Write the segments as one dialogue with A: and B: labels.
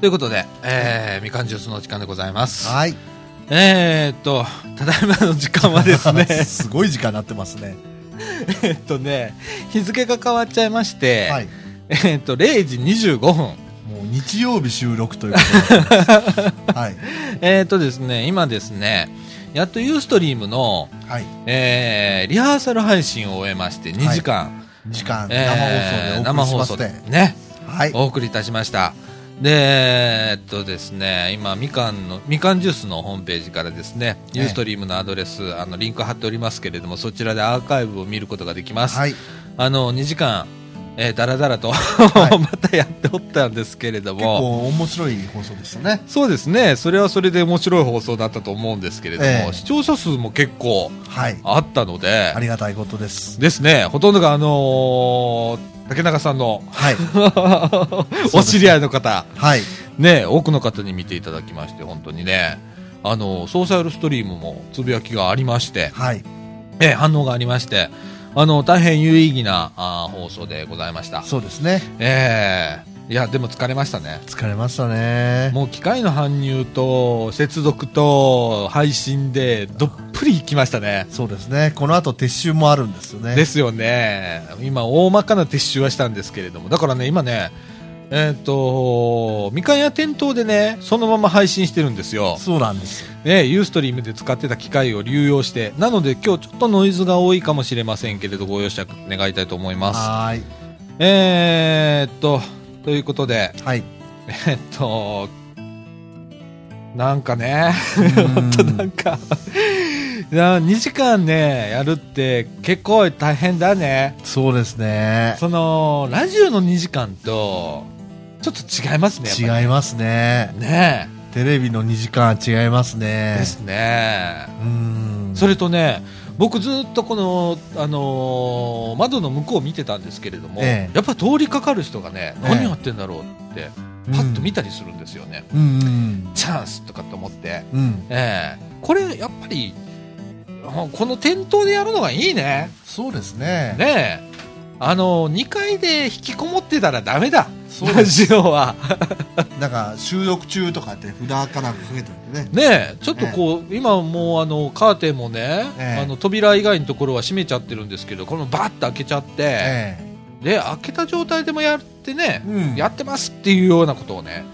A: ということで、えー、みかんジュースの時間でございます。
B: はい。、
A: えー、っと、ただいまの時間はですね
B: すごい時間になってますね。
A: えーっとね、日付が変わっちゃいまして、
B: はい。
A: えーっと、0時25分。
B: もう日曜日収録ということ になってますはい。
A: えー、っとですね、今ですね、やっとユーストリームの、
B: はい。
A: えー、リハーサル配信を終えまして、2時間、
B: 時間、
A: えー
B: 生放送でお送りし
A: 生放送で
B: まし
A: ね、
B: て。はい。
A: お送りいたしました。で、えーっとですね、今、みかんの、みかんジュースのホームページからですね、
B: ええ
A: ユーストリームのアドレス、あの、リンク貼っておりますけれども、そちらでアーカイブを見ることができます。
B: はい。
A: あの、2時間、えー、だらだらと、
B: い
A: またやっておったんですけれど
B: 結
A: も、
B: 構面白い放送でしたね。
A: そうですね、それはそれで面白い放送だったと思うんですけれども、
B: ええ
A: 視聴者数も結構
B: はい。
A: あったので
B: あ、りがたいことです。
A: ですね、ほとんどがあのー竹中さんの、
B: はい。
A: お知り合いの方、
B: はい。
A: ね、多くの方に見ていただきまして、本当にね、あの、ソーシャルストリームもつぶやきがありまして、
B: はい。
A: え反応がありまして、あの、大変有意義なあー放送でございました。
B: そうですね。
A: ええいや、でも疲れましたね。
B: 疲れましたね。
A: もう機械の搬入と、接続と、配信で、どっぷり行きましたね。
B: そうですね。この後撤収もあるんですよね。
A: ですよね。今、大まかな撤収はしたんですけれども、だからね、今ね、えっ、と、みかん屋店頭でね、そのまま配信してるんですよ。
B: そうなんです。
A: ね、ユーストリームで使ってた機械を流用して、なので今日ちょっとノイズが多いかもしれませんけれど、ご容赦願いたいと思います。
B: はーい。
A: えー、っと、ということで、
B: はい。
A: えっと、なんかね、
B: 本当
A: なんか、 な2時間ね、やるって結構大変だね。
B: そうですね。
A: その、ラジオの2時間と、ちょっと違いますね、やっぱり
B: 違いますね。
A: ね。
B: テレビの2時間は違いますね。
A: ですね。
B: うーん。
A: それとね、僕ずっとこの、あのー窓の向こう見てたんですけれども、
B: ええ
A: やっぱ通りかかる人がね、
B: ええ
A: 何やってんだろうって、
B: うん、
A: パッと見たりするんですよね。
B: うんうん
A: チャンスとかと思って。
B: うん。うん。
A: ええこれ、やっぱり、あこの店頭でやるのがいいね。
B: そうですね。
A: ねえ。あのー、2階で引きこもってたらダメだ。
B: そう
A: ラ
B: です。
A: ジオは。
B: なんか収録中とかって札かなんかかけてるんでね。
A: ねえ、ちょっとこう、今もうあの、カーテンもね、
B: ええ
A: あの、扉以外のところは閉めちゃってるんですけど、これもバッと開けちゃって、
B: え
A: で開けた状態でもやってね
B: え、うん。
A: やってますっていうようなことをね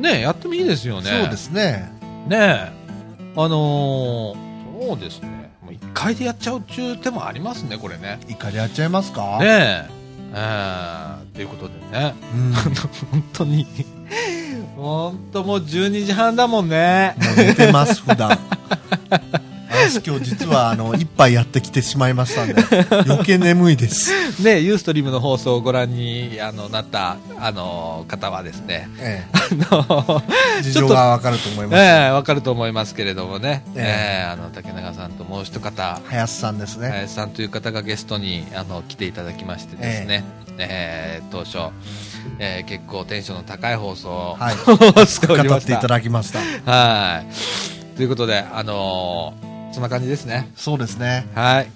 A: ねやってもいいですよね
B: そうですね。
A: ねあのーそうですねもう1回でやっちゃうっちゅう手もありますねこれね
B: 一回でやっちゃいますか。
A: ねええーということでね
B: うん。もう
A: 本当に本当もう12時半だもんね
B: 寝てます、普段。私今日実はあの、一杯やってきてしまいましたんで、余計眠い です。
A: ねユーストリームの放送をご覧にあのなった、あの方はですね
B: え
A: あの
B: え、 事情がわかると思います。
A: ええわかると思いますけれどもね、
B: え
A: ええあの竹中さんともう一方、
B: 林さんですね。
A: 林さんという方がゲストにあの来ていただきましてですね、ええ当初、ええ結構テンションの高い放送を、
B: はい。
A: しており
B: 語
A: ま
B: っ
A: して
B: い
A: た
B: た。だきました。
A: はいということで、あのーそんな感じですね。
B: そうですね。
A: はい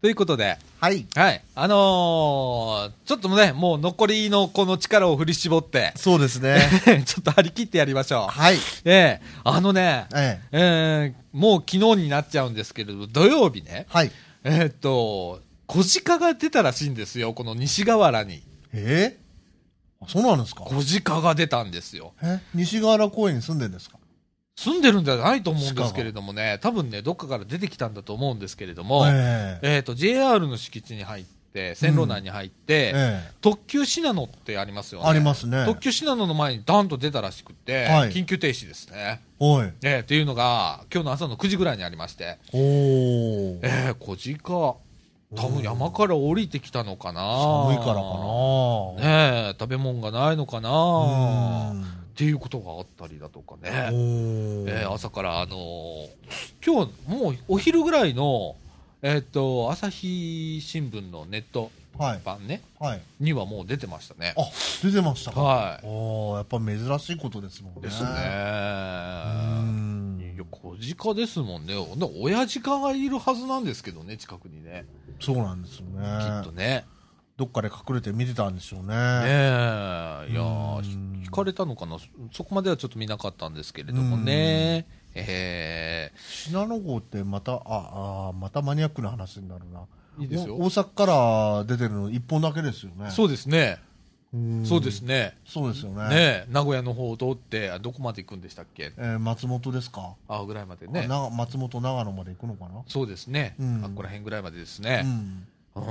A: ということで、
B: はい。
A: はい。あのーちょっとね、もう残りのこの力を振り絞って、
B: そうですね。
A: ちょっと張り切ってやりましょう。
B: はい。
A: ええあのね、
B: ええ。
A: えーもう昨日になっちゃうんですけれど、土曜日ね、
B: はい。
A: えーっと、小鹿が出たらしいんですよ、この西河原に。
B: ええあそうなんですか
A: 小鹿が出たんですよ。
B: え西河原公園に住んでるんですか
A: 住んでるんじゃないと思うんですけれどもね、多分ね、どっかから出てきたんだと思うんですけれども、え
B: ええ
A: ーっと、JR の敷地に入って、線路内に入って、
B: え
A: 特急信濃ってありますよね。
B: ありますね
A: 特急信濃の前にダンと出たらしくて、
B: はい
A: 緊急停止ですね。
B: えおい。
A: えーっていうのが、今日の朝の9時ぐらいにありまして、
B: おー。
A: えー、小鹿。多分山から降りてきたのかな
B: 寒いからかな
A: ねえ、食べ物がないのかな
B: うん
A: っていうことがあったりだとかね。
B: お
A: えー
B: ー
A: 朝から、あのー今日もうお昼ぐらいの、えーっと朝日新聞のネット
B: はい
A: 版ね、
B: はい
A: にはもう出てましたね。
B: あ出てましたか
A: はい
B: おーやっぱ珍しいことですもんね
A: です
B: う
A: ね。い
B: ん
A: や、小鹿ですもんね。ほんで親鹿がいるはずなんですけどね、近くにね。
B: そうなんですよ
A: きっと
B: ね
A: ね。
B: どっかで隠れて見てたんでしょうね
A: ねえ。いやー、
B: うん
A: ひ惹かれたのかなそそこまではちょっと見なかったんですけれどもね。え
B: 信濃号ってまたああーまたマニアックな話になるない
A: いですよ
B: お大阪から出てるの一本だけですよね
A: ーそうですね。
B: うん
A: そうですね。
B: そうですよね
A: ねえ名古屋の方を通って、あどこまで行くんでしたっけ
B: えー松本ですか
A: あぐらいまで
B: ね
A: ね。
B: 松本長野まで行くのかな
A: そうですね。
B: うん
A: あここら辺ぐらいまでです
B: う
A: ね。
B: ん
A: うん。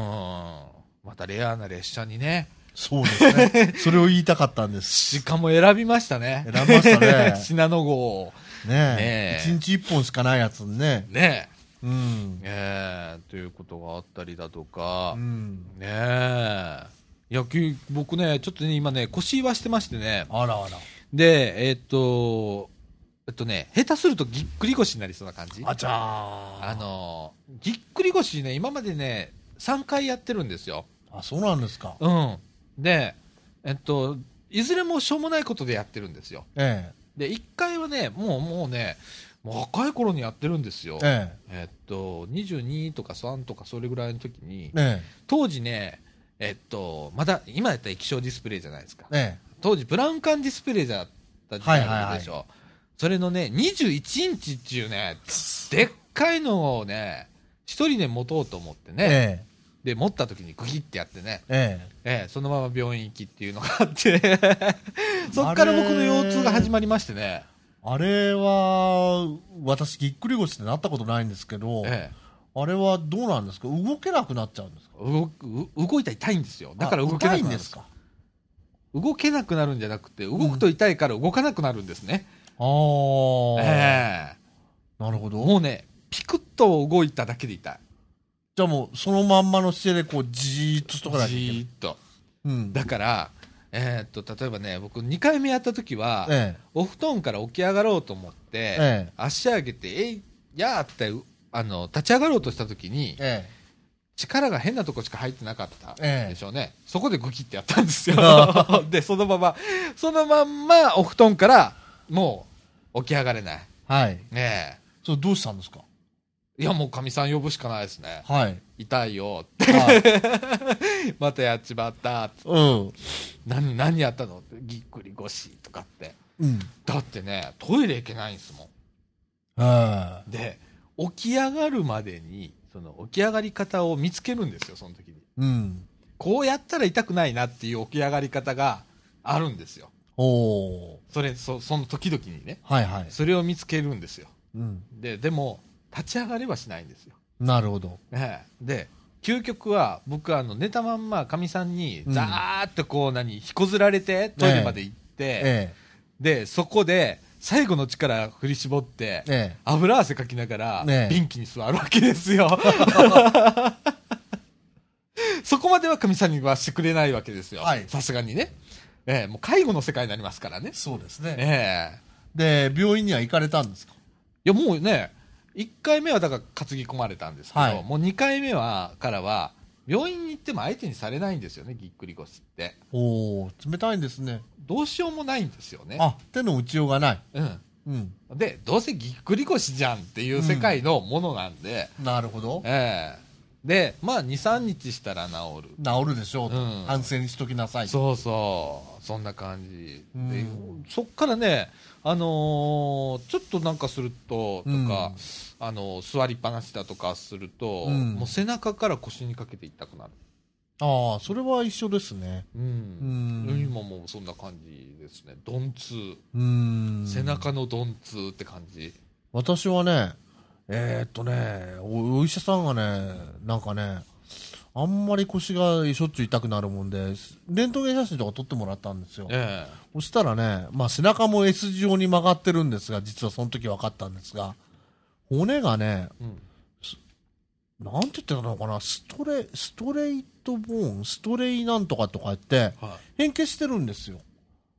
A: またレアな列車にね。
B: そうです ねそれを言いたかったんです
A: しかも選びました ね。
B: 選びましたね
A: 信濃号を。
B: ねえ
A: ねえ
B: 一日一本しかないやつにね
A: ね
B: うん
A: え。ええということがあったりだとか
B: う。ん
A: ねえ。野球、僕ね、ちょっとね、今ね、腰はしてましてね。
B: あらあら
A: で、えーっと、えっとね、下手するとぎっくり腰になりそうな感じ。
B: あちゃー
A: あのー、ぎっくり腰ね、今までね、3回やってるんですよ。
B: あそうなんですか
A: うん。で、えっと、いずれもしょうもないことでやってるんですよ。
B: え
A: で、1回はね、もう、もうね、もう若い頃にやってるんですよ
B: え。え
A: えっと、22とか3とかそれぐらいの時に
B: え、え
A: 当時ね、えっと、まだ、今やったら液晶ディスプレイじゃないですか。
B: ええ
A: 当時、ブラウン管ディスプレイだった時代あるでしょ。それのね、21インチっていうね、でっかいのをね、一人で持とうと思って
B: え
A: ね、
B: え
A: で、持った時にグギってやってね、
B: ええ
A: ええ、そのまま病院行きっていうのがあって、そっから僕の腰痛が始まりましてね、
B: あれは、私、ぎっくり腰ってなったことないんですけど、
A: ええ、
B: あれはどうなんですか動けなくなっちゃうんですか
A: 動くう動いたら痛いんですよ。だから
B: あ
A: 動けなくなる
B: 痛いん
A: ん
B: で
A: ですす
B: か
A: 動けなくなるんじゃなくて、動くと痛いから動かなくなるんですね。
B: ああ、
A: え
B: なるほ
A: え、
B: ど。
A: もうね、ピクッと動いただけで痛い。
B: じゃあもう、そのまんまの姿勢でこう、じーっとしとかなきゃい
A: じ
B: けない
A: ーっと。
B: うん。
A: だから、えーっと例えばね、僕、2回目やった時は、
B: え
A: お布団から起き上がろうと思って、
B: ええ
A: 足上げて、えいやーってうあの立ち上がろうとした時に
B: え、、え
A: 力が変なとこしか入ってなかった
B: ええ
A: でしょうね、そこでグキってやったんですよ、 でそのまま、そのまんまお布団からもう起き上がれない、
B: えはい。
A: ね
B: それどうしたんですか
A: え、いや、もうかみさん呼ぶしかないですね、
B: はい。
A: 痛いよ、
B: はい。
A: またやっちまった、
B: うん。
A: 何何やったのって、ぎっくり腰とかって。
B: うん。
A: だってね、トイレ行けないんですも
B: は
A: ん。で、起き上がるまでに、その起き上がり方を見つけるんですよ、その時に。
B: い。うん。
A: こうやったら痛くないなっていう起き上がり方があるんですよ。
B: おー。
A: それ、そその時々にね。
B: はいはい。
A: それを見つけるんですよ。
B: うん。
A: で、でも、立ち上がれはしないんですよ。
B: なるほど。
A: ねで、究極は、僕はあの寝たまんま、かみさんに、
B: うん
A: ざーっとこう、何、ひこずられて、トイレまで行って、
B: え
A: で、そこで、最後の力振り絞って
B: え、え
A: 油汗かきながら、
B: ねえ
A: 便器に座るわけです よ。そこまでは神さんにはしてくれないわけですよ
B: はい。
A: さすがにね。ええもう介護の世界になりますからね
B: え。そうですね。
A: ええ
B: で、病院には行かれたんですか
A: いや、もうね、1回目はだから担ぎ込まれたんですけど、
B: はい
A: もう2回目は、からは、病院に行っても相手にされないんですよね、ぎっくり腰って。
B: おー、冷たいんですね。
A: どうしようもないんですよね。
B: あ、手の打ちようがない。
A: うん。
B: うん。
A: で、どうせぎっくり腰じゃんっていう世界のものなんで、
B: なるほど。
A: ええで、まあ、2、3日したら治る。
B: 治るでしょうと、
A: うん
B: 反省にしときなさい。
A: そうそう、そんな感じ。
B: うん
A: でそっからね、あのーちょっとなんかすると、と
B: うん
A: か、あのー座りっぱなしだとかすると、
B: うん
A: もう背中から腰にかけて痛くなる。
B: ああ、それは一緒ですね。
A: う。
B: うんん。
A: 今もうそんな感じですね。鈍痛。
B: うん。
A: 背中の鈍痛って感じ。
B: 私はね、えーっとねお、お医者さんがね、なんかね、あんまり腰がしょっちゅう痛くなるもんで、レントゲン写真とか撮ってもらったんですよ。
A: え
B: そしたらね、まあ背中も S 字状に曲がってるんですが、実はその時分かったんですが、骨がね、
A: えうん。
B: なんて言ってたのかな、ストレ、ストレイトボーン、ストレイなんとかとか言って、
A: は
B: 変形してるんですよ。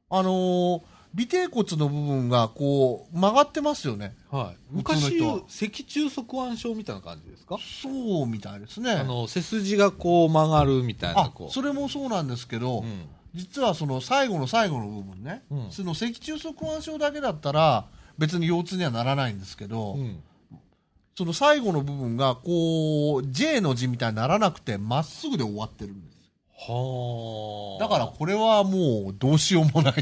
B: あのー尾てい骨の部分がこう曲がってますよね。
A: はい、
B: 普通の
A: 昔
B: 人は
A: 言う脊柱側腕症みたいな感じですか、
B: そうみたいですね。
A: あの背筋がこう曲がるみたいな
B: あ
A: こう
B: それもそうなんですけど、
A: うん
B: 実はその最後の最後の部分ね、
A: うん
B: その脊柱側腕症だけだったら別に腰痛にはならないんですけど、
A: うん
B: その最後の部分がこう J の字みたいにならなくてまっすぐで終わってるんです
A: はあ
B: だからこれはもうどうしようもないと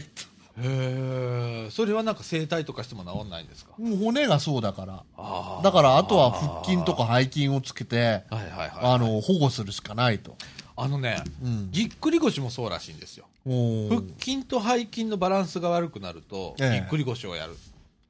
A: へえそれはなんか整体とかしても治んないんですか
B: もう骨がそうだから
A: あー
B: だからあとは腹筋とか背筋をつけて
A: はいはいはい
B: あ
A: あの
B: の保護するしかないと、
A: ね
B: うん、
A: ぎっくり腰もそうらしいんですよ
B: お
A: 腹
B: ー
A: 筋と背筋のバランスが悪くなると、
B: ええ
A: ぎっくり腰をやる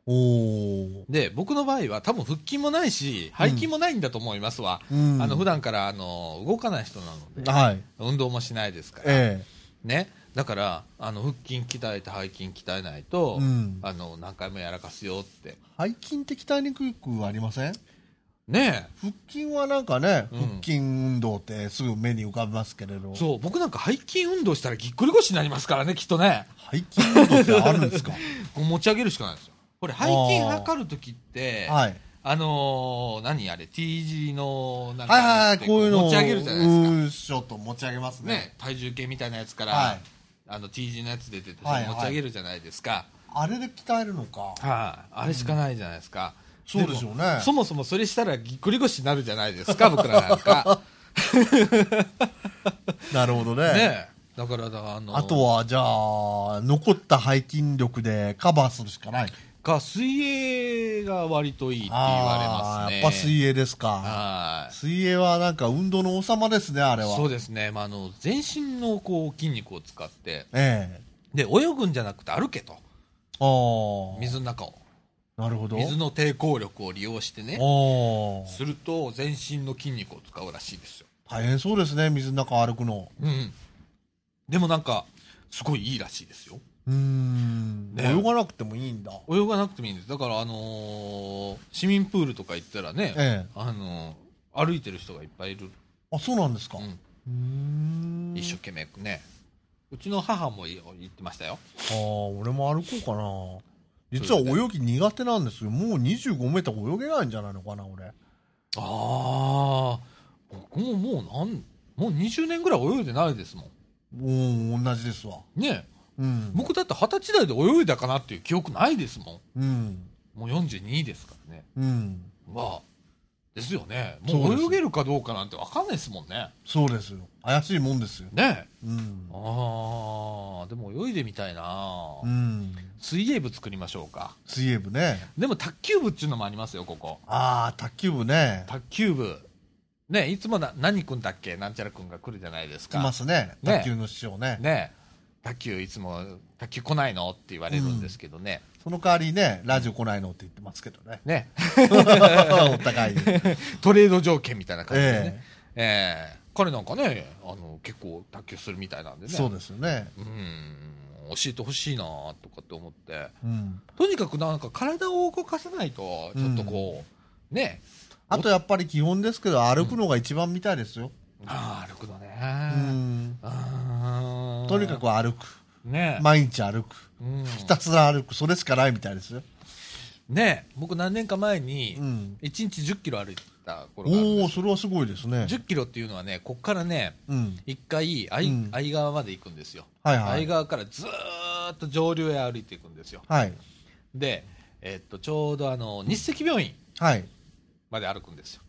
B: おー
A: で僕の場合は多分腹筋もないし背筋もないんだと思いますわ、
B: うん
A: あの普段からあの動かない人なので
B: はい
A: 運動もしないですから、
B: え
A: ね、だからあの腹筋鍛えて背筋鍛えないと、
B: うん
A: あの何回もやらかすよって
B: え背筋って鍛えにくくありません
A: ね
B: 腹筋はなんかね、
A: うん
B: 腹筋運動ってすぐ目に浮かびますけれど、
A: えそう僕なんか背筋運動したらぎっくり腰になりますからねきっとね
B: 背筋運動ってあるんで すか
A: こう持ち上げるしかないんですよこれ背筋測る時ってあ
B: はい。
A: のー何あれ T 字のなんか
B: はいはいはい、
A: こう
B: こういうのを
A: 持ち上げるじゃないですか
B: うーん、ちょっと持ち上げますね。
A: ね、体重計みたいなやつから、
B: はい
A: あの T 字のやつ出ててそ
B: はい
A: れ持ち上げるじゃないですか、
B: あれで鍛えるのか。
A: はいあれしかないじゃないですか、
B: そうでしょうね。
A: そもそもそれしたらぎっくり腰になるじゃないですか僕らなん か
B: なるほどね。
A: ねだからだからあの
B: あとは、じゃあ、残った背筋力でカバーするしかない。
A: が水泳が割といいって言われま
B: ああ
A: す
B: ー、
A: ね
B: やっぱ水泳ですか。
A: はい
B: 水泳はなんか運動の王様ですね、あれは。
A: そうですね、まあ、あの全身のこう筋肉を使って
B: ええ。
A: で泳ぐんじゃなくて歩けと
B: ああ。
A: 水の中を
B: なるほど。
A: 水の抵抗力を利用してね
B: ああ。
A: すると全身の筋肉を使うらしいですよ
B: 大変そうですね、水の中歩くの。
A: うんでもなんかすごいいいらしいですよ
B: うーん、
A: ね
B: 泳がなくてもいいんだ。
A: 泳がなくてもいいんですだからあのー市民プールとか行ったらね、
B: ええ。
A: あのー歩いてる人がいっぱいいる、
B: あ、そうなんですか。
A: う
B: うんーん。
A: 一生懸命ねうちの母もい言ってましたよ
B: ああ、俺も歩こうかな。実
A: そ
B: は
A: うです
B: 泳ぎ苦手なんですよ。もう25メーター泳げないんじゃないのかな、俺。
A: ああ僕ももうなんもう20年ぐらい泳いでないですも
B: うん、同じですわ。
A: んねえ
B: うん。
A: 僕だって二十歳代で泳いだかなっていう記憶ないですも
B: うん。
A: んもう42ですからね
B: うん。
A: まあですよね
B: そう
A: も
B: で
A: う
B: す
A: 泳げるかどうかなんて分かんないですもんね
B: そうですよ。怪しいもんですよ。
A: ねえ
B: うん。
A: ああでも泳いでみたいな、
B: うん。
A: 水泳部作りましょうか
B: 水泳部ね。
A: でも卓球部っていうのもありますよここ
B: ああ、卓球部ね。
A: 卓球部ねいつもな何君だっけなんちゃら君が来るじゃないです
B: 来
A: か
B: ますね。
A: ね
B: 卓球の師匠ね。
A: ね卓球いつも卓球来ないのって言われるんですけどね、
B: その代わりね、ラジオ来ないのって言ってますけどね。
A: ね
B: お互いに。
A: トレード条件みたいな感じで
B: え
A: ね、ええ彼なんかねあの結構卓球するみたいなんで
B: え。
A: ね
B: そうですよね。
A: うん教えてほしいなとかって思って
B: うん。
A: とにかくなんか体を動かさないとちょっとこう、ね
B: あとやっぱり基本ですけど、歩くのが一番みたいですよ。
A: あー歩くのね
B: うん。
A: あー
B: とにかく歩く。
A: ね
B: 毎日歩く。
A: うん
B: ひたすら歩く。それしかないみたいですよ。
A: ね僕何年か前に
B: うん。
A: 1日1 0キロ歩いた頃があるん
B: お
A: で
B: お、それはすごいですね。
A: す1 0キロっていうのはねこっからね
B: うん。
A: 一回愛,、
B: うん
A: 愛川まで行くんですよ、
B: はいは
A: 愛
B: い。
A: 川からずーっと上流へ歩いていくんですよ
B: はい。
A: で、えっとちょうどあの日赤病院
B: はい。
A: まで歩くんですよ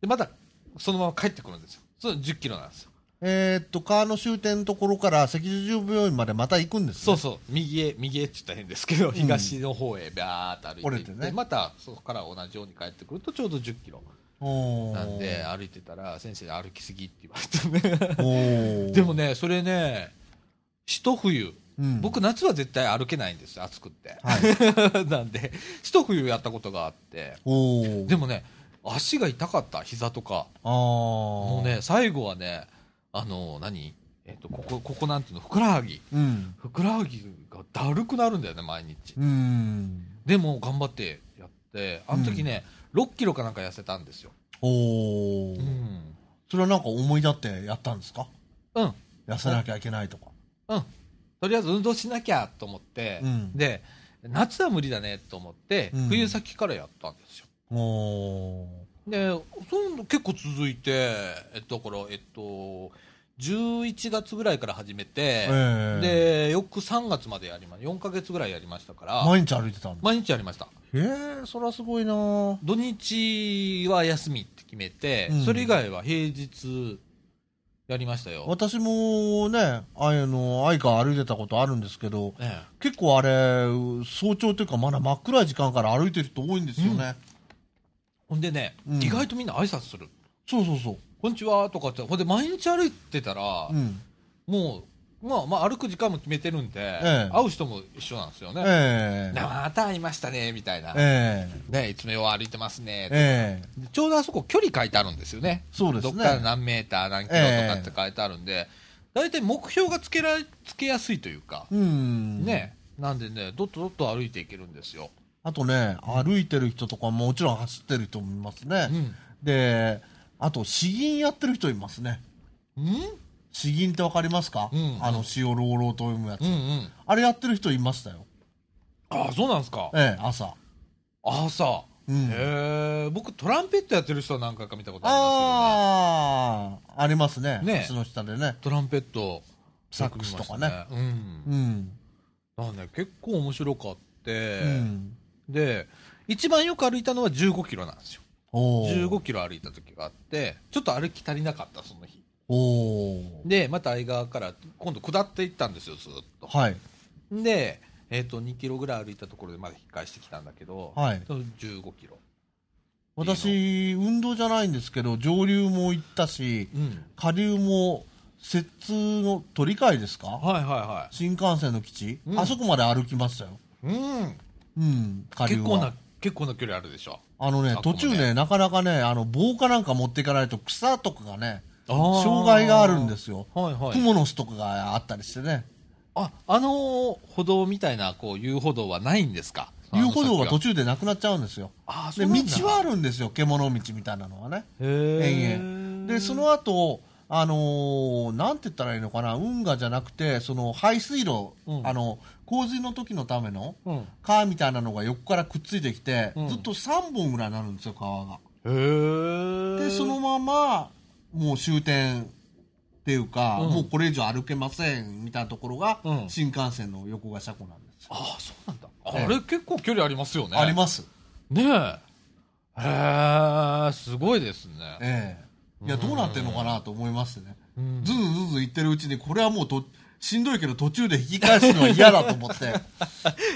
A: でまたそのまま帰ってくるんですよその1 0キロなんですよ
B: えー、っと、川の終点のところから赤十字病院までまた行くんです、ね、
A: そうそう右へ右へって言ったら変ですけど、
B: ん
A: 東の方へバーっと歩いていって
B: 折れてね
A: またそこから同じように帰ってくるとちょうど1 0キロ
B: おー
A: なんで歩いてたら先生に歩きすぎって言われ たね
B: おー
A: でも、ねそれね一冬
B: うん、
A: 僕夏は絶対歩けないんです暑くって、
B: はい。
A: なんで一冬やったことがあって
B: おー
A: でもね足が痛かった膝とか
B: あー
A: もうね最後はねあの何えっとここここなんていうのふくらはぎ
B: うん。
A: ふくらはぎがだるくなるんだよね毎日
B: うん。
A: でも頑張ってやってあの時ね、6キロかなんか痩せたんですよ
B: おお、
A: うん
B: それはなんか思い立ってやったんですか
A: うん
B: 痩せなきゃいけないとか。
A: うんとりあえず運動しなきゃと思って、
B: うん
A: で、夏は無理だねと思って
B: うん、
A: 冬先からやったんですよ。
B: おー
A: で、そういうの結構続いて、えっと、だから、えっと、11月ぐらいから始めて、
B: ええ
A: で、翌3月までやりま、4ヶ月ぐらいやりましたから、
B: 毎日歩いてたんだ。
A: 毎日やりました。
B: へえ、そらすごいなー
A: 土日は休みって決めて、
B: うん
A: それ以外は平日やりましたよ。
B: 私もね、あの、愛川歩いてたことあるんですけど、
A: え
B: 結構あれ、早朝というかまだ真っ暗い時間から歩いてる人多いんですよね。
A: えほんでね、
B: うん
A: 意外とみんな挨拶する。
B: そうそうそう。
A: こんにちはとかって、ほんで毎日歩いてたら、
B: うん。
A: もう、まあまあ歩く時間も決めてるんで、
B: ええ
A: 会う人も一緒なんですよね。
B: ええ
A: なまた会いましたね、みたいな。
B: え
A: ね、いつもよう歩いてますね
B: え。ええ
A: ちょうどあそこ距離書いてあるんですよね。
B: そうですね
A: どっから何メーター、何キロとかって書いてあるんで、大体目標がつけらつけやすいというか、
B: うん。
A: ね、なんでね、どっとどっと歩いていけるんですよ。
B: あとね、歩いてる人とかももちろん走ってる人もいますね。
A: うん
B: で、あと、詩吟やってる人いますね。
A: うん
B: 詩吟ってわかりますか、
A: うん
B: あの詩を朗々と読むやつ、
A: うんうん。
B: あれやってる人いましたよ。
A: ああ、そうなんですか。
B: ええ、朝。
A: ああ、さ。
B: うん
A: へえ、僕トランペットやってる人は何回か見たことあ
B: ああ、ありますね。
A: ね
B: 橋の下でね
A: ります。けどね。トランペット。
B: サックスとかね
A: よく見ましたね。うん。
B: うん。
A: なんで結構面白かって、
B: うん。
A: で、一番よく歩いたのは15キロなんですよ。
B: おお。
A: 15キロ歩いた時があって、ちょっと歩き足りなかった、その日。
B: おー
A: で、また相川から今度下っていったんですよ、ずっと。
B: はい。
A: で、えっ、と、2キロぐらい歩いたところでまだ引き返してきたんだけど、
B: はい
A: その15キロ。
B: 私、運動じゃないんですけど、上流も行ったし、
A: うん。
B: 下流も、摂津の取り替えですか
A: はいは
B: 新幹線の基地、
A: うん
B: あそこまで歩きましたよ。
A: いはい。うん。
B: うん、下流
A: 結構
B: は
A: な。、結構な距離あるでしょ。
B: あのね
A: あ、
B: 途中
A: ここ
B: ね、なかなかね、あの、防火なんか持っていかないと草とかがね、
A: あー
B: 障害があるんですよ。
A: はいはい
B: 蜘蛛の巣とかがあったりしてね。
A: あ、あのー歩道みたいな、こう、遊歩道はないんですか
B: 遊歩道は途
A: 中。
B: 中でなくなっちゃうんですよ。
A: あーそ
B: で、
A: う
B: 道
A: なんだ
B: はあるんですよ、獣道みたいなのはね。
A: へ
B: 延
A: ー
B: 々。で、そ、の後、あのーなんて言ったらいいのかな、運河じゃなくて、その排水路、
A: うん
B: あの、洪水の時のための
A: うん。
B: 川みたいなのが横からくっついてきて、
A: うん
B: ずっと3本ぐらいになるんですよ、川が。
A: へー
B: で、その、まま、もう終点っていうか、
A: うん
B: もうこれ以上歩けませんみたいなところが、
A: うん
B: 新幹線の横が車庫なんですよ。
A: ああ、そうなんだ。
B: ええ
A: あれ、結構距離ありますよね。
B: あります。
A: ねえ。へえ、すごいですね。
B: ええ。いや、どうなってんのかなと思いましてね。
A: ん
B: ずんずんずん行ってるうちに、これはもうと、しんどいけど途中で引き返すのは嫌だと思 って、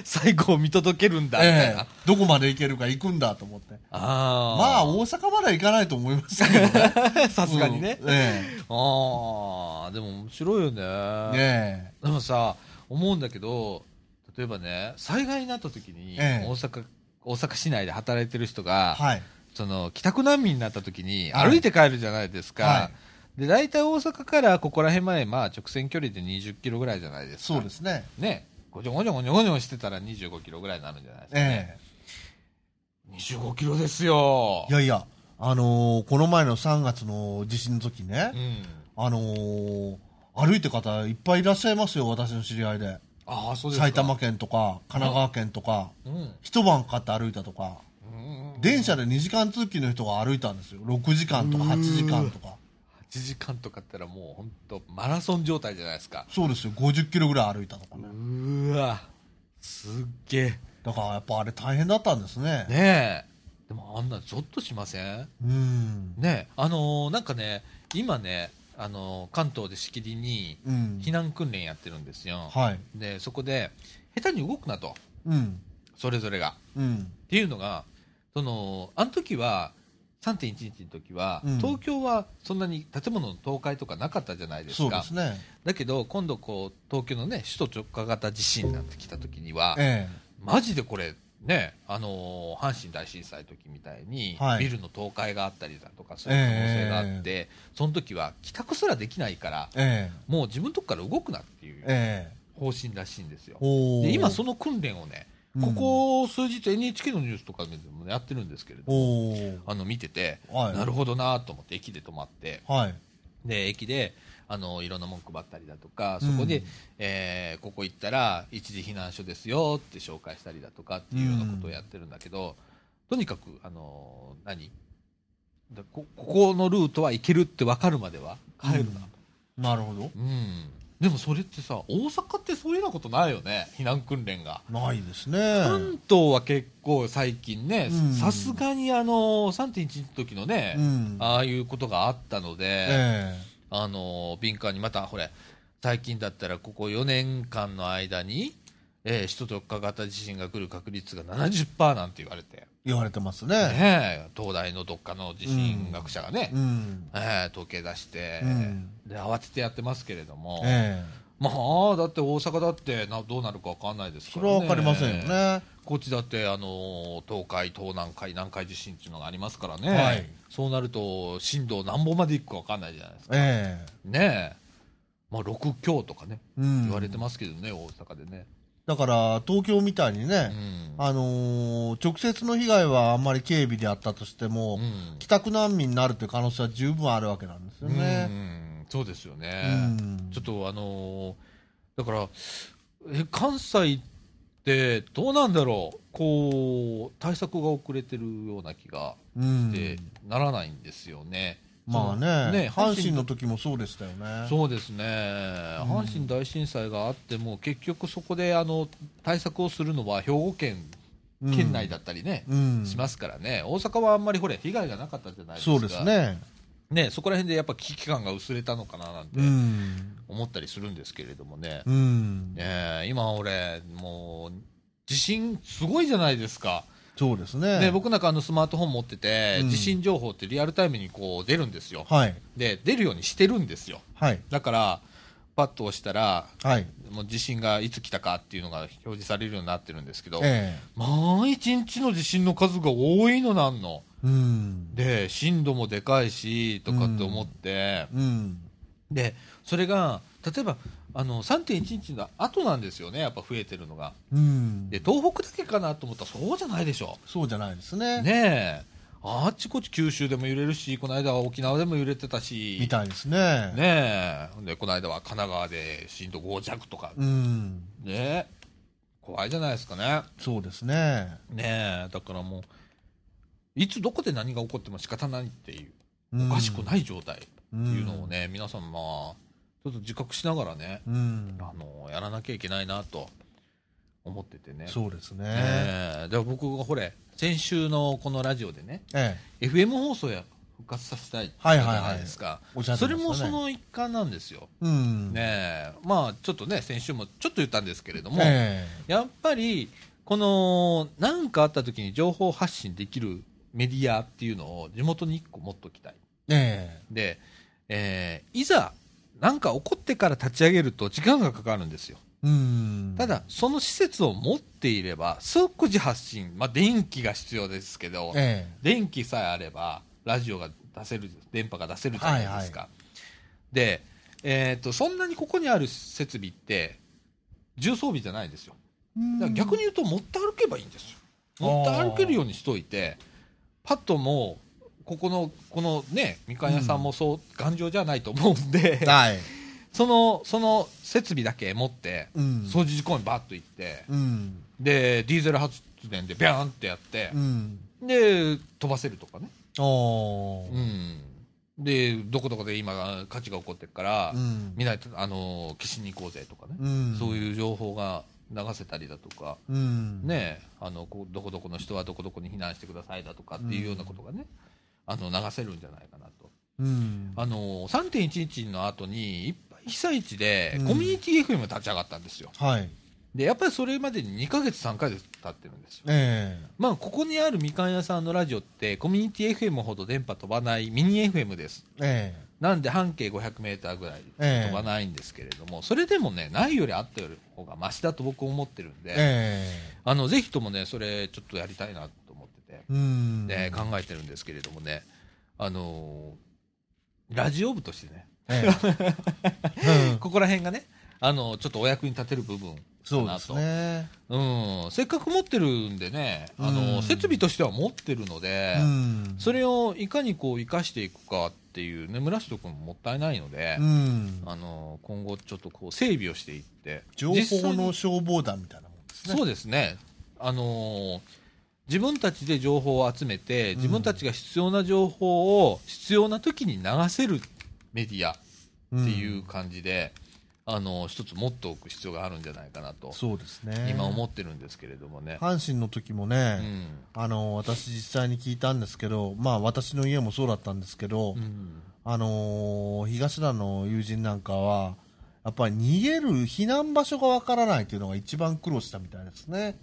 A: 最後を見届けるんだ、みたい
B: え
A: な。
B: え、どこまで行けるか行くんだと思って。
A: あ
B: まあ、
A: あ、
B: 大阪までは行かないと思いましたけ どね。
A: さすがにね。
B: うんえ
A: ああ、でも面白いよね。
B: え。ね
A: でもさ、思うんだけど、例えばね、災害になった時に、
B: ええ
A: 大阪、大阪市内で働いてる人
B: え。
A: が、
B: はい。
A: その帰宅難民になった時に
B: はい
A: 歩いて帰るじゃないですか、
B: は
A: で大体大阪からここら辺まで、まあ、直線距離で20キロぐらいじゃないですか
B: そうですね。
A: ねごちょごちょごちょごちょしてたら25キロぐらいになるんじゃないですか、
B: ええ。
A: 25キロですよ
B: いやいや、あのーこの前の3月の地震の時ね
A: う、ん、
B: あのー歩いてる方いっぱいいらっしゃいますよ、私の知り合いで。
A: ああそうですか
B: 埼玉県とか、神奈川県とか、
A: うん、うん
B: 一晩かかって歩いたとか、
A: うん、
B: 電車で2時間通勤の人が歩いたんですよ。6時間とか8時間とか。
A: 8時間とかったらもう本当マラソン状態じゃないですか
B: そうですよ、50キロぐらい歩いたとか
A: う
B: ね。
A: ーわすっげえ
B: だからやっぱあれ大変だったんですね。
A: ねえでもあんなゾッとしません
B: うん。
A: ねあのーなんかね今ね、あのー関東でしきりに
B: うん。
A: 避難訓練やってるんですよ、
B: はい。
A: でそこで下手に動くなと
B: うん。
A: それぞれが
B: うん。
A: っていうのがそのあの時は3.11の時は、
B: うん
A: 東京はそんなに建物の倒壊とかなかったじゃないです
B: そう
A: か
B: ですね。
A: だけど今度こう東京のね首都直下型地震になってきた時には、
B: え
A: マジでこれねあのー阪神大震災の時みたいに、
B: はい
A: ビルの倒壊があったりだとかそういう可能性があって、その時は帰宅すらできないから
B: え。え
A: もう自分のとこから動くなってい
B: え。
A: う
B: ええ。
A: 方針らしいんですよ。
B: おー
A: で今その訓練をねここ数日 NHK のニュースとかでもやってるんですけれども
B: おー
A: あの見てて、
B: はい
A: なるほどなと思って駅で止まって
B: はい。
A: で駅であのいろんな文句ばったりだとかそこで、
B: うん
A: えーここ行ったら一時避難所ですよって紹介したりだとかっていうようなことをやってるんだけど、とにかくあの何だこここのルートは行けるって分かるまでは帰るな、
B: なるほど。
A: うん、でもそれってさ大阪ってそういうようなことないよね避難訓練が、
B: ないです
A: 関
B: ね。
A: 東は結構最近ね
B: うん
A: さすがにあの3.1の時のね、
B: うん。
A: ああいうことがあったので、
B: え
A: あの敏感にまたほれ最近だったらここ4年間の間に、えー、首都直下型地震が来る確率が70%なんて言われて、
B: え言われてますね。
A: ねえ、東大のどっかの地震学者がね、
B: うん。
A: えー統計出して、
B: うん
A: で慌ててやってますけれども、
B: ええ
A: まあだって大阪だってなどうなるかわかんないですか
B: そ
A: ら、
B: れ
A: ね、
B: はわかりませんよね。
A: こっちだってあの東海東南海南海地震っていうのがありますからね、
B: はい
A: そうなると震度何本までいくかわかんないじゃないですか
B: ええ
A: ねえまあ6強とかね
B: うん。
A: 言われてますけどね、大阪でね、
B: だから、東京みたいに
A: う
B: ね、
A: ん
B: あのー直接の被害はあんまり軽微であったとしても、
A: うん
B: 帰宅難民になるという可能性は十分あるわけなんですよね。
A: うんそうですよね、
B: うん
A: ちょっとあのーだからえ関西ってどうなんだろうこう対策が遅れてるような気が
B: う
A: して
B: ん。
A: ならないんですよね、
B: まあ
A: そう
B: ね阪神の
A: の
B: 時もそうでしたよね。
A: そうですね、阪神大震災があっても結局そこであの対策をするのは兵庫県
B: うん
A: 県内だったりね、
B: うん。
A: しますからね大阪はあんまりほれ被害がなかったじゃないですか
B: そうですね。
A: ねそこら辺でやっぱ危機感が薄れたのかななんて
B: うん。
A: 思ったりするんですけれどもね、
B: う
A: ね
B: ん。
A: え今俺もう地震すごいじゃないですか、
B: そうですね。
A: ね、僕なんかあのスマートフォン持ってて、
B: うん
A: 地震情報ってリアルタイムにこう出るんですよ
B: はい。
A: で出るようにしてるんですよ
B: はい。
A: だからパッと押したら
B: はい。
A: もう地震がいつ来たかっていうのが表示されるようになってるんですけど、
B: え
A: まあ一日の地震の数が多いのなんの
B: え。うん。
A: で震度もでかいしとかって思って、
B: うん。
A: でそれが例えばあの3.1日の後なんですよねやっぱ増えてるのが
B: うん。
A: で東北だけかなと思ったらそうじゃないでしょ
B: そうじゃないですね。
A: ねえあっちこっち九州でも揺れるしこの間は沖縄でも揺れてたし
B: みたいですね。
A: ねえでこの間は神奈川で震度5弱とか、
B: うん。
A: ねえ怖いじゃないですかね
B: そうですね。
A: ねえだからもういつどこで何が起こっても仕方ないっていう
B: うん
A: おかしくない状態っていうのをね、皆さんまあちょっと自覚しながらね、
B: うん。
A: あのやらなきゃいけないなと思っててね。
B: そうです
A: え
B: ね。
A: えで僕がほれ先週のこのラジオでね
B: ええ。
A: FM 放送や復活させたいって
B: はい
A: 言っ
B: はい
A: た
B: は
A: じ
B: い
A: ゃないですか、
B: おっしゃって
A: そ
B: ました
A: れ
B: ね
A: もその一環なんですよ、
B: うん。
A: ねえまあちょっとね先週もちょっと言ったんですけれども、
B: え
A: やっぱりこの何かあった時に情報発信できるメディアっていうのを地元に一個持っときたい
B: え。え
A: で、えーいざ何か起こってから立ち上げると時間がかかるんですよ
B: え。うん。
A: た、だその施設を持っていれば即時発信、まあ、電気が必要ですけど、
B: え
A: 電気さえあればラジオが出せる電波が出せるじゃないですか、で、えー、とそんなにここにある設備って重装備じゃないんですよ
B: え。
A: だから逆に言うと持って歩けばいいんですよ持って歩けるようにしといてパッともうここのこのねみかん屋さんもそう、頑丈じゃないと思うん で
B: うん。はい。
A: そのその設備だけ持って
B: うん。
A: 掃除公園バッと行って、
B: うん。
A: でディーゼル発電でビャーンってやって
B: う、ん。
A: で飛ばせるとかね、
B: おー。
A: うん、でどこどこで今価値が起こってるから、
B: うん。
A: 見ないとあの岸に行こうぜとかね、
B: うん。
A: そう
B: う。
A: いう情報が流せたりだとか、
B: うん。。
A: ねえあのこうどこどこの人はどこどこに避難してくださいだとかっていうようなことがね、あの流せるんじゃないかなと。
B: うん。
A: あの3.11の後にいっぱい被災地で
B: うん
A: コミュニティ FM 立ち上がったんですよ、
B: はい。
A: でやっぱりそれまでに2ヶ月3ヶ月経ってるんですよ
B: え
A: まあここにあるみかん屋さんのラジオってコミュニティ FM ほど電波飛ばないミニ FM です
B: え。え
A: なんで半径 500m ぐらい
B: ええ
A: 飛ばないんですけれども、それでもねないよりあったより方がマシだと僕思ってるん
B: え。
A: で、
B: え
A: あのぜひともねそれちょっとやりたいなと思ってて、
B: え。うん。
A: ね、考えてるんですけれどもねあのーラジオ部としてね
B: ええ。うん。
A: ここら辺がね、あの、ちょっとお役に立てる部分か
B: そう
A: な
B: で
A: と。
B: すね。
A: うん。せっかく持ってるんでね、あ
B: う
A: の、
B: ん
A: 設備としては持ってるので
B: う、ん。
A: それをいかにこう生かしていくかっっていうね村人君ももったいないので、
B: うん。
A: あの今後ちょっとこう整備をしていって
B: 情
A: 実際
B: 報
A: に
B: の消防団みたいなもんですね。
A: そうですね、あのー自分たちで情報を集めて、
B: ん
A: 自分たちが必要な情報を必要な時に流せるメディアってい
B: ん
A: う感じで、あのー一つ持っておく必要があるんじゃないかなと、
B: そうですね。
A: 今思ってるんですけれどもね。
B: 阪神の時も
A: う
B: ね、
A: ん
B: あの、私実際に聞いたんですけど、まあ私の家もそうだったんですけど、
A: うん
B: あのー東田の友人なんかは、やっぱり逃げる避難場所がわからないというのが一番苦労したみたいですね。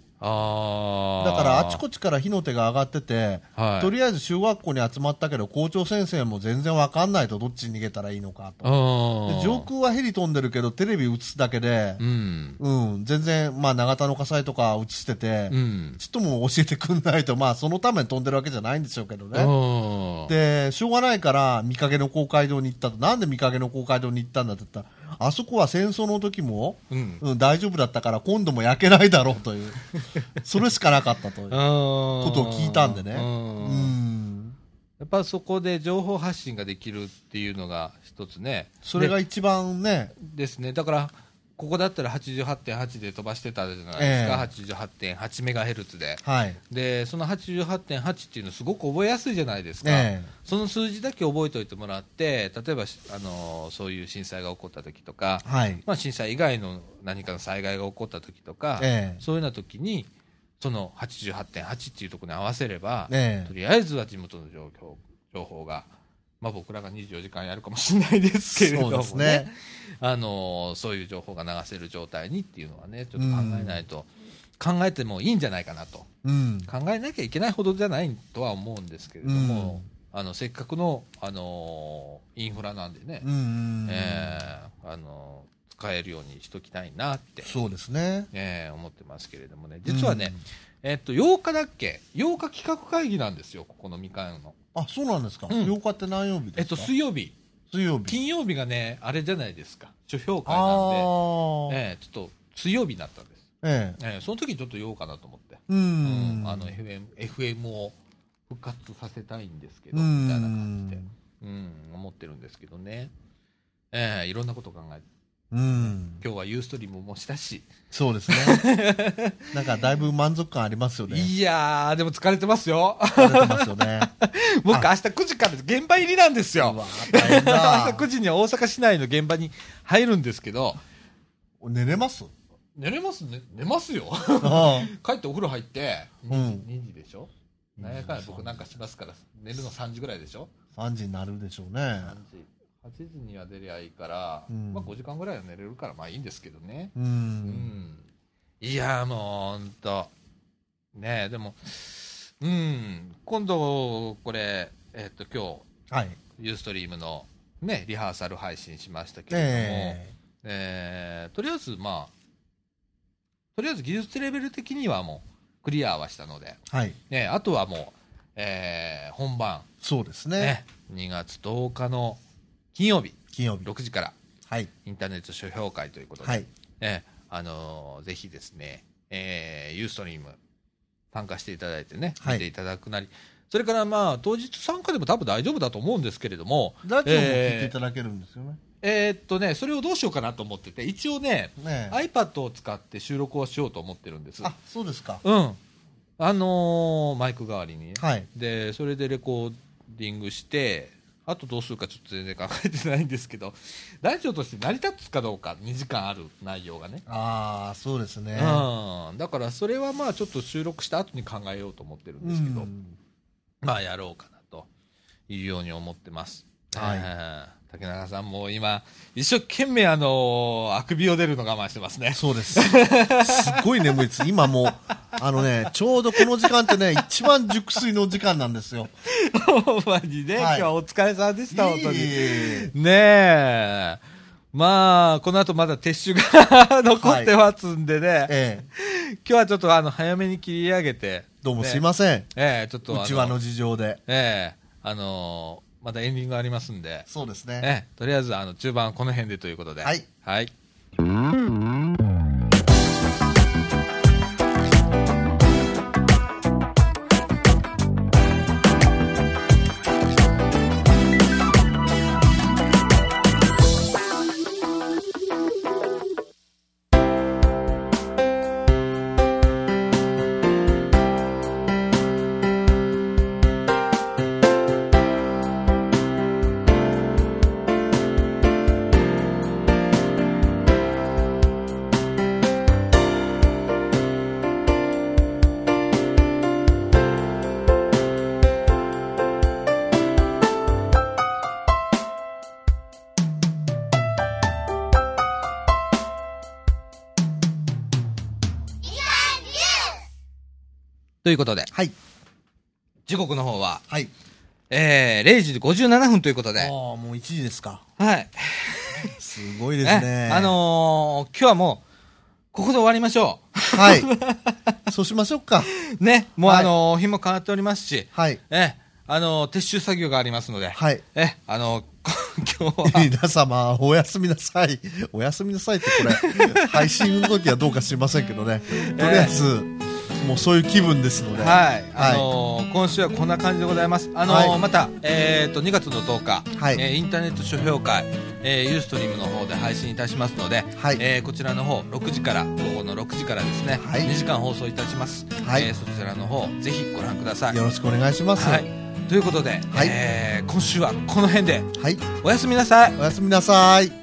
A: あ
B: だからあち
A: ち
B: こちから火の手が上がってて、
A: はい、
B: とりあえず小学校に集まったけど、校長先生も全然わかんないと、どっちに逃げたらいいのかと。で
A: で
B: 上空はヘリ飛んでるけど、テレビ映すだけで
A: う、ん、
B: うん、全然、まあ、長田の火災とか映してて
A: う、ん、
B: ちっとも教えてくんないと、まあ、そのために飛んでるわけじゃないんでしょうけどね。
A: うん
B: で、しょうがないから、見かけの公会堂に行ったと。なんで見かけの公会堂に行ったんだって言ったら、あそこは戦争の時も、
A: うん、
B: うん、大丈夫だったから今度も焼けないだろうという、それしかなかったというこ
A: と
B: とを聞いたんでね。う
A: うん
B: ん。
A: やっぱそこで情報発信ができるっていうのが一つね、
B: それが
A: で
B: 一番ね、
A: ですね、だから、ここだったら88.8で飛ばしてたじゃないですか、88.8メガヘルツで。
B: はい。
A: で、その88.8っていうの、すごく覚えやすいじゃないですか、
B: ね
A: その数字だけ覚えておいてもらって、例えば、あのそういう震災が起こった時とか、
B: はい。
A: まあ、震災以外の何かの災害が起こった時とか、
B: ええ
A: そういうような時に、その88.8っていうところに合わせれば、
B: ね
A: とりあえずは地元の状況情報が、まあ、僕らが24時間やるかもしれないですけれども、
B: そう
A: ね
B: ですね。
A: あのーそういう情報が流せる状態にっていうのはね、ちょっと考えないと、考えてもいいんじゃないかなと、
B: うん。
A: 考えなきゃいけないほどじゃないとは思うんですけれども、あのせっかくの、あのーインフラなんでね、
B: うんうん。
A: えーあのー使えるようにしときたいなって、
B: そうですね。
A: えー思ってますけれどもね、実はね、えっと8日だっけ、8日企画会議なんですよ、ここのみかんの。
B: うん。あ、そうなんですか。
A: うん
B: 8日って何曜日
A: え
B: で
A: っ
B: す
A: と、
B: か
A: 水曜日、
B: 水曜日。
A: 金曜日がね、あれじゃないですか、書評会なん
B: ああ。
A: で、ええちょっと水曜日になったんです、
B: ええ。
A: ええその時にちょっと言おうかなと思って、
B: う。
A: うんあの FM, FM を復活させたいんですけど、
B: う
A: みたいな感じで
B: ん、。
A: うん、思ってるんですけどね、ええいろんなこと考えて、
B: うん。
A: 今日はユーストリームもしたし、
B: そ うですね。なんかだいぶ満足感ありますよね。
A: いやー、でも疲れてます よ、
B: 疲れてます よね。
A: 僕、明日9時から現場入りなんです
B: う
A: よ
B: わ。大変
A: 朝
B: だ。
A: 9時には大阪市内の現場に入るんですけど、
B: 寝れ ます
A: 寝れますね、寝ますよ。
B: うん
A: 帰ってお風呂入って、
B: うん
A: 2時 ,2 時でしょ、なんやかんや
B: うん
A: 僕なんかしますから、寝るの3時ぐらいでしょ、
B: 3時になるでしょうね。
A: 3時、8時には出りゃいいから、
B: うん
A: まあ、5時間ぐらいは寝れるから、まあいいんですけどね、
B: う。
A: うんん、いやー、もう本当、ねえ、でも、うん、今度、これ、えっと今
B: はい。
A: 日ユーストリームの、ね、リハーサル配信しましたけれども。
B: ええ
A: えーとりあえず、まあ、とりあえず技術レベル的にはもうクリアはしたので、
B: はい。
A: ね、あとはもう、えー本番、
B: そうですね。
A: ね、2月10日の金曜日、
B: 金曜日。
A: 6時から
B: はい。
A: インターネット書評会ということで、
B: はい。
A: ねあのーぜひですね、えー、ユーストリーム参加していただいてね、
B: はい
A: 見ていただくなり、それからまあ当日参加でも多分大丈夫だと思うんですけれども、
B: ラジオも聞いていただけるんですよね。
A: えーっとね、それをどうしようかなと思ってて、一応ね、
B: ねえ
A: iPad を使って収録をしようと思ってるんです。
B: あ、そうですか。
A: うん。あのーマイク代わりに。
B: はい。
A: で、それでレコーディングして、あとどうするかちょっと全然考えてないんですけど、 ラジオとして成り立つかどうか、2時間ある内容がね。
B: ああ、そうですね。
A: うん。だからそれはまあちょっと収録した後に考えようと思ってるん
B: う
A: ですけど、
B: ん。
A: まあやろうかなというように思ってます。
B: はい
A: えー竹中さんも今、一生懸命あのーあくびを出るの我慢してますね。
B: そ うです。すっごい眠いです。今もう、あのね、ちょうどこの時間ってね、一番熟睡の時間なんですよ。
A: ほんまにね、
B: はい
A: 今日はお疲れ様でした、本当に。
B: いえいえ
A: ねえ。まあ、この後まだ撤収が 残ってますんでね、
B: ええ、
A: 今日はちょっとあの早めに切り上げて、
B: どうも
A: ね
B: すいません。
A: ええちょっとあ
B: うちわの事情で。
A: ええあのーまだエンディングありますんで、
B: そうですね。
A: ええとりあえずあの中盤はこの辺でということで。
B: はい。
A: はい。ということで、
B: はい。
A: 時刻の方は、
B: はい。
A: えー、0時57分ということ
B: ああ
A: で、、
B: もう1時ですか。
A: はい。
B: すごいですね。
A: あ、のー今日はもう、ここで終わりましょ
B: はい。そうしましょうか。
A: う。 ね、もう
B: はい
A: あのー日も変わっておりますし、
B: はい。
A: え、あのー撤収作業がありますので、
B: はい。
A: え、あのー 今日は、
B: 皆様、おやすみなさい。おやすみなさいってこ れ、配信の時はどうか知りませんけどね。とりあえず、もうそういう気分ですので。
A: はい、
B: はい
A: あのー今週はこんな感じでございます。あのー
B: はい
A: また、えっと2月の10日、
B: はい
A: えーインターネット書評会、えー、ユーストリームの方で配信いたしますので、
B: はい
A: えーこちらの方6時から午後の6時からですね、
B: はい
A: 2時間放送いたします。
B: はい
A: えーそちらの方ぜひご覧ください。
B: よろしくお願いします。
A: はい、ということで、
B: はい
A: えー今週はこの辺で
B: はい、
A: おやすみなさい。
B: おやすみなさい。